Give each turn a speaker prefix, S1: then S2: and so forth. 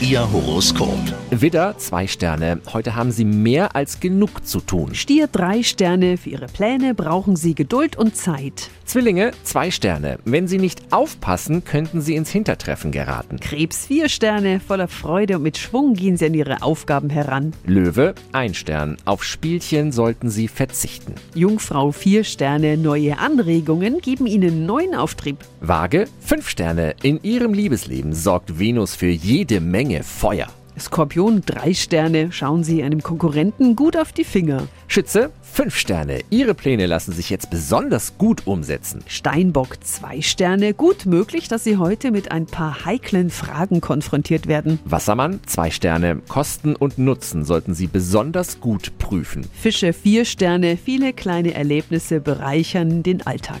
S1: Ihr Horoskop.
S2: Widder, zwei Sterne. Heute haben Sie mehr als genug zu tun.
S3: Stier drei Sterne, für Ihre Pläne brauchen Sie Geduld und Zeit.
S2: Zwillinge, zwei Sterne. Wenn Sie nicht aufpassen, könnten Sie ins Hintertreffen geraten.
S3: Krebs vier Sterne, voller Freude und mit Schwung gehen Sie an Ihre Aufgaben heran.
S2: Löwe, ein Stern. Auf Spielchen sollten Sie verzichten.
S3: Jungfrau vier Sterne, neue Anregungen geben Ihnen neuen Auftrieb.
S2: Waage, fünf Sterne. In Ihrem Liebesleben sorgt Venus für jede Menge Feuer.
S3: Skorpion drei Sterne, schauen Sie einem Konkurrenten gut auf die Finger.
S2: Schütze, fünf Sterne. Ihre Pläne lassen sich jetzt besonders gut umsetzen.
S3: Steinbock zwei Sterne, gut möglich, dass Sie heute mit ein paar heiklen Fragen konfrontiert werden.
S2: Wassermann, zwei Sterne. Kosten und Nutzen sollten Sie besonders gut prüfen.
S3: Fische vier Sterne, viele kleine Erlebnisse bereichern den Alltag.